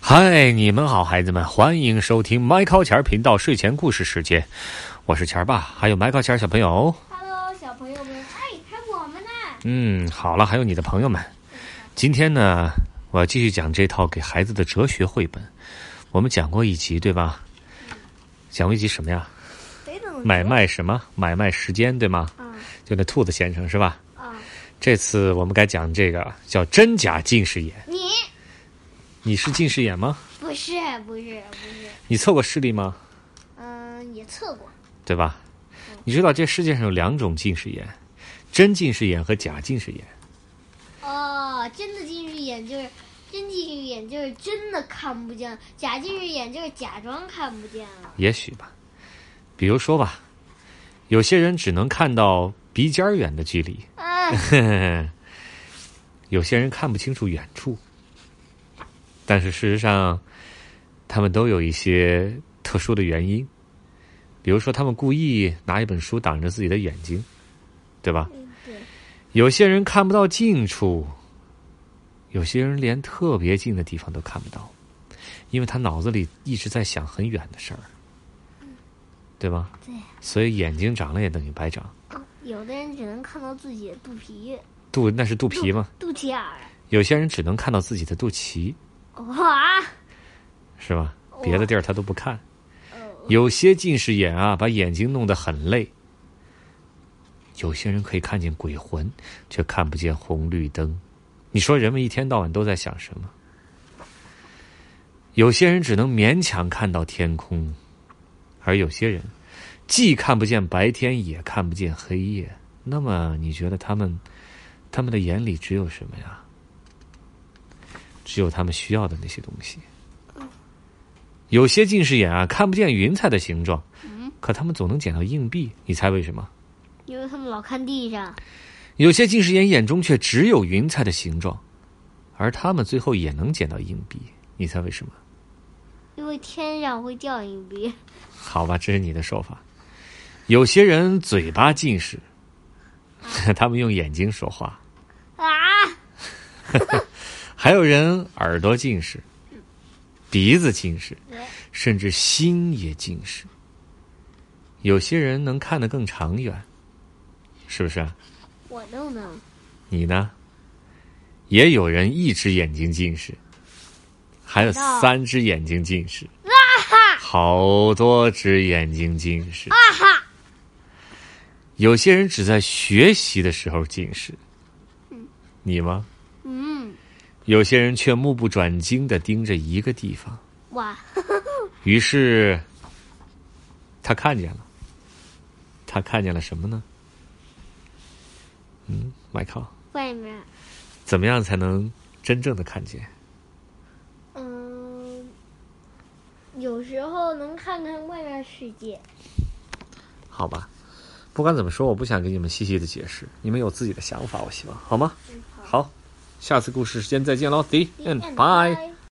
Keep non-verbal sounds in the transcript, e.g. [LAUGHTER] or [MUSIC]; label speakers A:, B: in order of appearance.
A: 嗨，你们好，孩子们，欢迎收听麦考钱儿频道睡前故事时间，我是钱儿爸，还有麦考钱儿小朋友。
B: Hello，小朋友们，哎，看我们呢！
A: 嗯，好了，还有你的朋友们，今天呢，我要继续讲这套给孩子的哲学绘本。我们讲过一集，对吧？讲过一集什么呀？
B: 谁等
A: 买卖什么？买卖时间，对吗？
B: 啊
A: 就那兔子先生是吧？
B: 啊！
A: 这次我们该讲这个叫真假近视眼。
B: 你
A: 你是近视眼吗？
B: 不是不是不是，
A: 你测过视力吗？
B: 嗯，也测过，
A: 对吧？你知道这世界上有两种近视眼，真近视眼和假近视眼。
B: 哦，真的近视眼就是真近视眼就是真的看不见，假近视眼就是假装看不见了。
A: 也许吧，比如说吧，有些人只能看到鼻尖儿远的距离， [LAUGHS]
B: 啊，
A: 有些人看不清楚远处。但是事实上，他们都有一些特殊的原因，比如说他们故意拿一本书挡着自己的眼睛，对吧？
B: 对，
A: 有些人看不到近处，有些人连特别近的地方都看不到，因为他脑子里一直在想很远的事儿，对吗？
B: 对
A: 所以眼睛长了也等于白长，
B: 有的人只能看到自己的肚皮、
A: 肚那是肚皮嘛。
B: 肚脐眼儿。
A: 有些人只能看到自己的肚脐，
B: 哇，
A: 是吧？别的地儿他都不看。
B: 哦，
A: 有些近视眼啊，把眼睛弄得很累。有些人可以看见鬼魂，却看不见红绿灯。你说人们一天到晚都在想什么？有些人只能勉强看到天空，而有些人既看不见白天，也看不见黑夜。那么，你觉得他们他们的眼里只有什么呀？只有他们需要的那些东西。有些近视眼啊，看不见云彩的形状，可他们总能捡到硬币。你猜为什么？
B: 因为他们老看地上。
A: 有些近视眼眼中却只有云彩的形状，而他们最后也能捡到硬币。你猜为什么？
B: 因为天上会掉硬币，
A: 好吧，这是你的说法。有些人嘴巴近视， [LAUGHS] 他们用眼睛说话；
B: 啊，
A: 还有人耳朵近视，鼻子近视，
B: 对
A: 甚至心也近视。有些人能看得更长远，是不是啊？
B: 我都能。
A: 你呢？也有人一只眼睛近视，还有
B: 那
A: 三只眼睛近视，好多只眼睛近视。有些人只在学习的时候近视，你吗？
B: 嗯，
A: 有些人却目不转睛的盯着一个地方，
B: 哇，
A: 于是他看见了，他看见了什么呢？嗯，麦克，
B: 外面，
A: 怎么样才能真正的看见？
B: 嗯，有时候能看看外面世界。
A: 好吧，不管怎么说，我不想给你们细细的解释，你们有自己的想法，我希望好吗？好，下次故事时间再见喽，The end，bye。